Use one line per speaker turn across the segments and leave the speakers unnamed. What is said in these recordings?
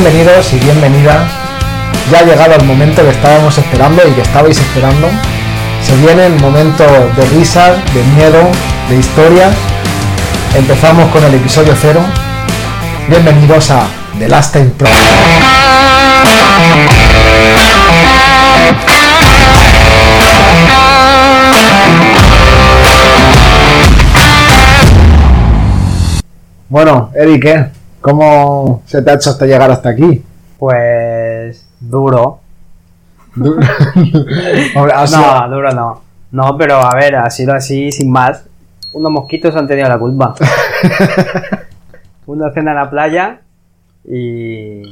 Bienvenidos y bienvenidas. Ya ha llegado el momento que estábamos esperando y que estabais esperando. Se viene el momento de risas, de miedo, de historias. Empezamos con el episodio cero. Bienvenidos a The Last Time Pro. Bueno, Eric, ¿eh? ¿cómo se te ha hecho hasta llegar hasta aquí?
Pues duro.
Du- Hombre, ha sido-
No, duro no. No, pero a ver, ha sido así sin más. Unos mosquitos han tenido la culpa. Una cena en la playa y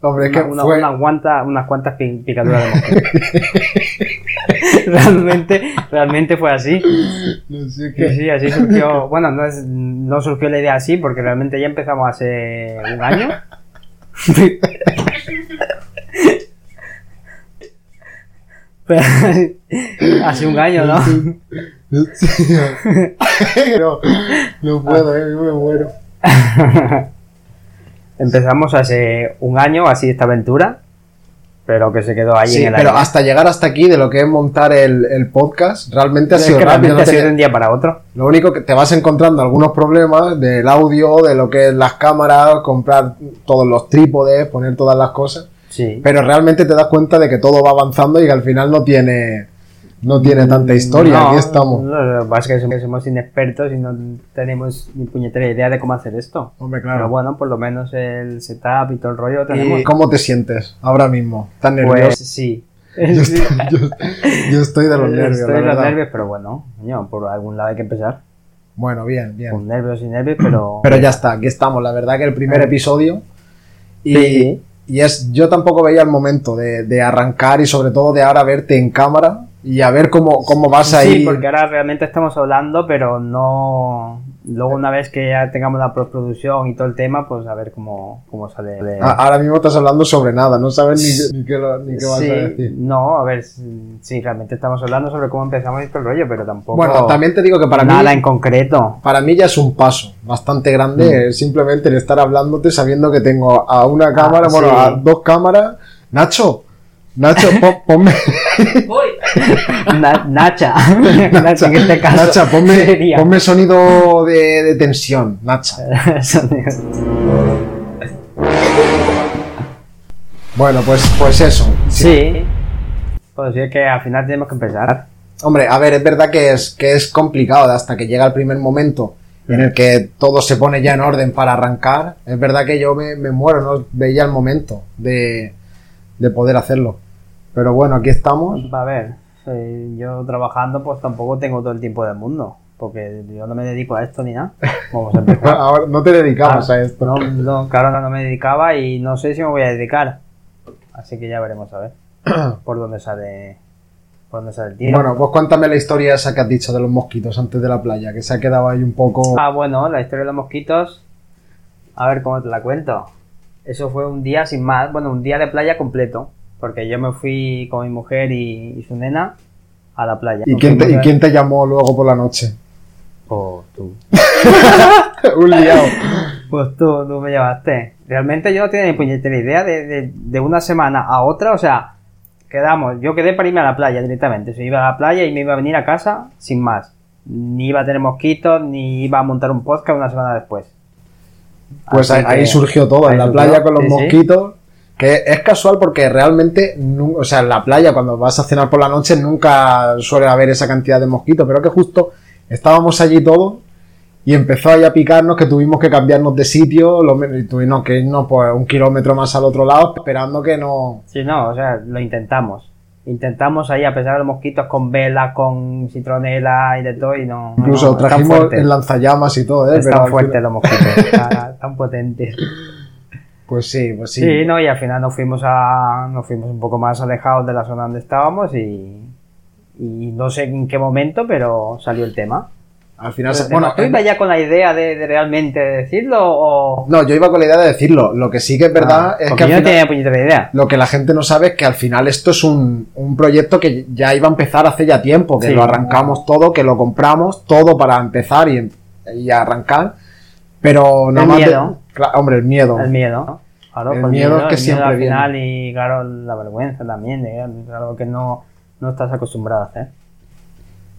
hombre, es que
una, una-
fue-
una guanta- unas cuantas pi- picaduras de mosquito. realmente, realmente fue así.
no sé qué-
Sí, sí, así surgió. Bueno, no, es- no surgió la idea así porque realmente ya empezamos hace un año. Pero, hace un año, ¿no?
no, no puedo, eh, me muero.
Empezamos hace un año así esta aventura, pero que se quedó ahí
Sí,
en el
pero
aire.
hasta llegar hasta aquí de lo que es montar el, el podcast, realmente ha
Es
sido
que
rápido.
realmente
no
ha sido de
tenía-
un día para otro.
Lo único que te vas encontrando algunos problemas del audio, de lo que es las cámaras, comprar todos los trípodes, poner todas las cosas.
Sí.
Pero realmente te das cuenta de que todo va avanzando y que al final no tiene, no tiene tanta historia.
No,
aquí estamos.
no, lo que pasa es que somos- somos inexpertos y no tenemos ni puñetera idea de cómo hacer esto.
Hombre,
Pero bueno, por lo menos el setup y todo el rollo lo tenemos.
¿Y ¿Cómo te sientes ahora mismo? ¿Tan nervioso?
Pues sí.
Yo
Sí.
estoy, yo- yo estoy de los nervios,
Estoy
la
de los
verdad.
nervios, pero bueno, coño, por algún lado hay que empezar.
Bueno, bien,
Con
bien.
nervios y nervios, pero.
Pero ya está, aquí estamos. La verdad que el primer
Ah.
episodio. Y,
Sí.
y es, yo tampoco veía el momento de, de arrancar y sobre todo de ahora verte en cámara y a ver cómo, cómo vas
Sí,
ahí.
porque ahora realmente estamos hablando, pero no. Luego, una vez que ya tengamos la postproducción y todo el tema, pues a ver cómo, cómo sale.
A- ahora mismo estás hablando sobre nada, no sabes ni, ni qué, lo- ni Ah, qué vas
Sí,
a decir.
no, a ver, sí, realmente estamos hablando sobre cómo empezamos y todo el rollo, pero tampoco.
Bueno, también te digo que para
nada
mí,
en concreto.
para mí ya es un paso bastante grande
Mm.
eh, simplemente el estar hablándote sabiendo que tengo a una cámara, bueno,
Ah, sí.
a dos cámaras. Nacho, Nacho, pon- ponme,
Na- Nacha. Nacha, en este caso.
Nacha, ponme,
sería.
ponme sonido de, de tensión, Nacha. Bueno, pues, pues eso.
sí. Pues sí, es que al final tenemos que empezar.
Hombre, a ver, es verdad que es, que es complicado hasta que llega el primer momento en el que todo se pone ya en orden para arrancar. Es verdad que yo me, me muero, no veía el momento de, de poder hacerlo. Pero bueno, aquí estamos.
A ver, eh, yo trabajando pues tampoco tengo todo el tiempo del mundo, porque yo no me dedico a esto ni nada. Vamos a empezar.
Ahora no te dedicamos
Ah,
a esto.
No, no, claro, no, no me dedicaba y no sé si me voy a dedicar. Así que ya veremos a ver por dónde sale, por dónde sale el tiro.
Bueno, pues cuéntame la historia esa que has dicho de los mosquitos antes de la playa, que se ha quedado ahí un poco...
Ah, bueno, la historia de los mosquitos. A ver cómo te la cuento. Eso fue un día sin más, bueno, un día de playa completo. Porque yo me fui con mi mujer y, y su nena a la playa.
¿Y
Nos
quién, te,
fuimos
y
a-
quién te llamó luego por la noche?
Pues tú.
un liado.
Pues tú, tú me llevaste. Realmente yo no tenía ni puñetera idea de, de- de una semana a otra, o sea, quedamos. Yo quedé para irme a la playa directamente. Se iba a la playa y me iba a venir a casa sin más. Ni iba a tener mosquitos, ni iba a montar un podcast una semana después.
Pues
Así
ahí, ahí
que-
surgió todo,
ahí
en la
surgió,
playa con los
sí, sí.
mosquitos. Que es casual porque realmente, nu- o sea, en la playa cuando vas a cenar por la noche nunca suele haber esa cantidad de mosquitos, pero que justo estábamos allí todos y empezó ahí a picarnos que tuvimos que cambiarnos de sitio, lo men- y tuvimos que irnos pues un kilómetro más al otro lado esperando que no...
Sí, no, o sea, lo intentamos. Intentamos ahí a pesar de los mosquitos con vela, con citronela y de todo y no.
Incluso
no, están
trajimos
fuertes.
el lanzallamas y todo, ¿eh?
Están
Pero al
fuertes
final-
los mosquitos, están- están potentes.
Pues sí, pues sí.
Sí. no, y al final nos fuimos a, nos fuimos un poco más alejados de la zona donde estábamos y, y no sé en qué momento, pero salió el tema.
Al final... se-
El tema.
Bueno,
¿Tú ibas ya con la idea de, de realmente decirlo o...?
no, yo iba con la idea de decirlo. Lo que sí que es verdad
Ah,
es que
porque
al
yo no
final-
tenía puñetera idea.
Lo que la gente no sabe es que al final esto es un, un proyecto que ya iba a empezar hace ya tiempo, que
Sí.
lo arrancamos todo, que lo compramos todo para empezar y, y arrancar. Pero nada
El
más. de-
miedo.
Cla- hombre, el miedo.
El miedo. Claro,
El
pues
miedo es que
el miedo
siempre
al final y claro, la vergüenza también, de algo que no, no estás acostumbrado a hacer.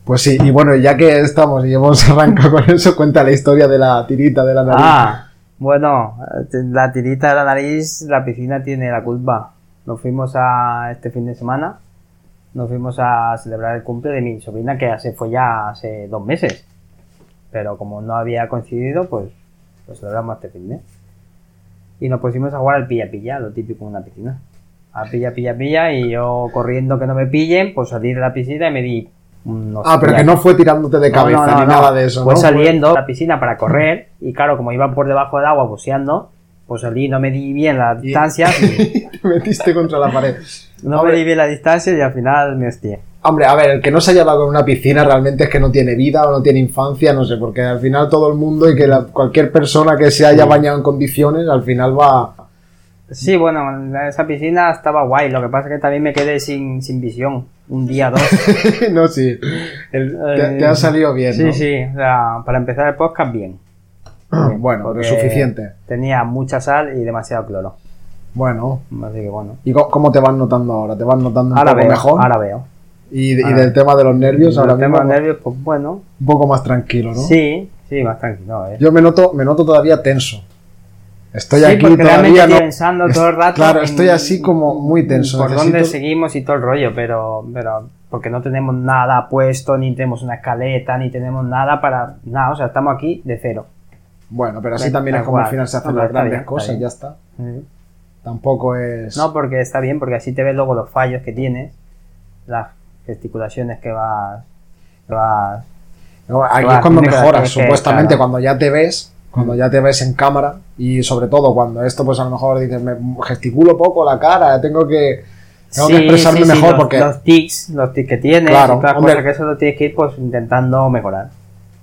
Pues sí, y bueno, ya que estamos y hemos arrancado con eso, cuenta la historia de la tirita de la nariz.
Ah, bueno, eh, la tirita de la nariz, la piscina tiene la culpa. Nos fuimos a este fin de semana, nos fuimos a celebrar el cumple de mi sobrina que se fue ya hace dos meses. Pero como no había coincidido, pues lo celebramos este fin de. Y nos pusimos a jugar al pilla-pilla, lo típico en una piscina. Al pilla-pilla-pilla y yo corriendo que no me pillen, pues salí de la piscina y me di unos
Ah, pero que no fue tirándote de cabeza
no, no,
ni
no.
nada de eso,
Fue
¿no? Pues-
saliendo a la piscina para correr y claro, como iba por debajo del agua buceando, pues salí, no me di bien la
Y-
distancia,
Te metiste contra la pared.
no me di bien la distancia y al final me hostié.
Hombre, a ver, el que no se haya dado en una piscina realmente es que no tiene vida o no tiene infancia, no sé, porque al final todo el mundo y que la- cualquier persona que se haya bañado en condiciones, al final va...
Sí, bueno, esa piscina estaba guay, lo que pasa es que también me quedé sin, sin visión, un día, dos.
no, sí, el- te, te ha salido bien,
Eh, Sí,
¿no?
sí, o sea, para empezar el podcast bien. Bien,
Bueno, pero
porque
suficiente.
Tenía mucha sal y demasiado cloro,
Bueno,
así que bueno.
¿y co- cómo te vas notando ahora? ¿Te vas notando un
Ahora
poco
veo,
mejor?
ahora veo.
Y, y
ahora-
del tema de los nervios, ahora
Los temas
mismo
nervios, pues bueno,
un poco más tranquilo, ¿no?
sí, sí, más tranquilo, ¿eh?
Yo me noto, me noto todavía tenso. Estoy
sí,
aquí
porque realmente
todavía no-
pensando todo el rato.
Claro,
en-
estoy así como muy tenso.
Por
necesito-
dónde seguimos y todo el rollo, pero, pero porque no tenemos nada puesto, ni tenemos una escaleta, ni tenemos nada para nada. O sea, estamos aquí de cero.
Bueno, pero así
Da-
también
da
es como
igual.
al final se hacen
No,
las
está
grandes
bien, está
cosas,
bien.
ya está. Tampoco es.
No, porque está bien, porque así te ves luego los fallos que tienes, las gesticulaciones que vas. que vas-
No, aquí
Claro,
es cuando
tiene que
mejoras,
hacer que-
supuestamente,
claro.
cuando ya te ves, cuando ya te ves en cámara y sobre todo cuando esto, pues a lo mejor dices, me gesticulo poco la cara, tengo que, tengo que expresarme mejor
los,
porque.
Los tics, los tics que tienes,
Claro,
y todas las
hombre.
cosas que eso lo tienes que ir pues intentando mejorar.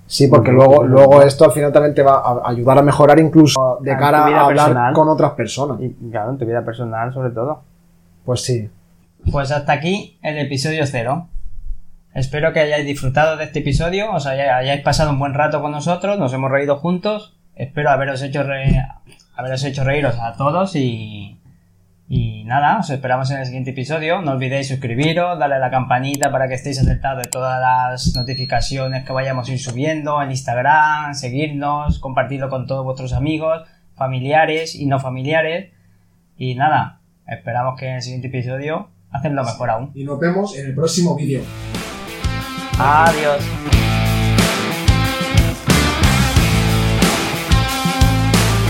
Sí, porque
Ujú.
luego, luego esto al final también te va a ayudar a mejorar incluso de
Ah, tu
cara
vida
a hablar
personal.
con otras personas.
Y claro, en tu vida personal sobre todo.
Pues sí.
Pues hasta aquí el episodio cero. Espero que hayáis disfrutado de este episodio, os haya- hayáis pasado un buen rato con nosotros, nos hemos reído juntos. Espero haberos hecho, re- haberos hecho reíros a todos y, y nada, os esperamos en el siguiente episodio. No olvidéis suscribiros, darle a la campanita para que estéis alertados de todas las notificaciones que vayamos a ir subiendo en Instagram, seguirnos, compartirlo con todos vuestros amigos, familiares y no familiares. Y nada, esperamos que en el siguiente episodio hacen lo mejor aún.
Y nos vemos en el próximo vídeo.
Adiós.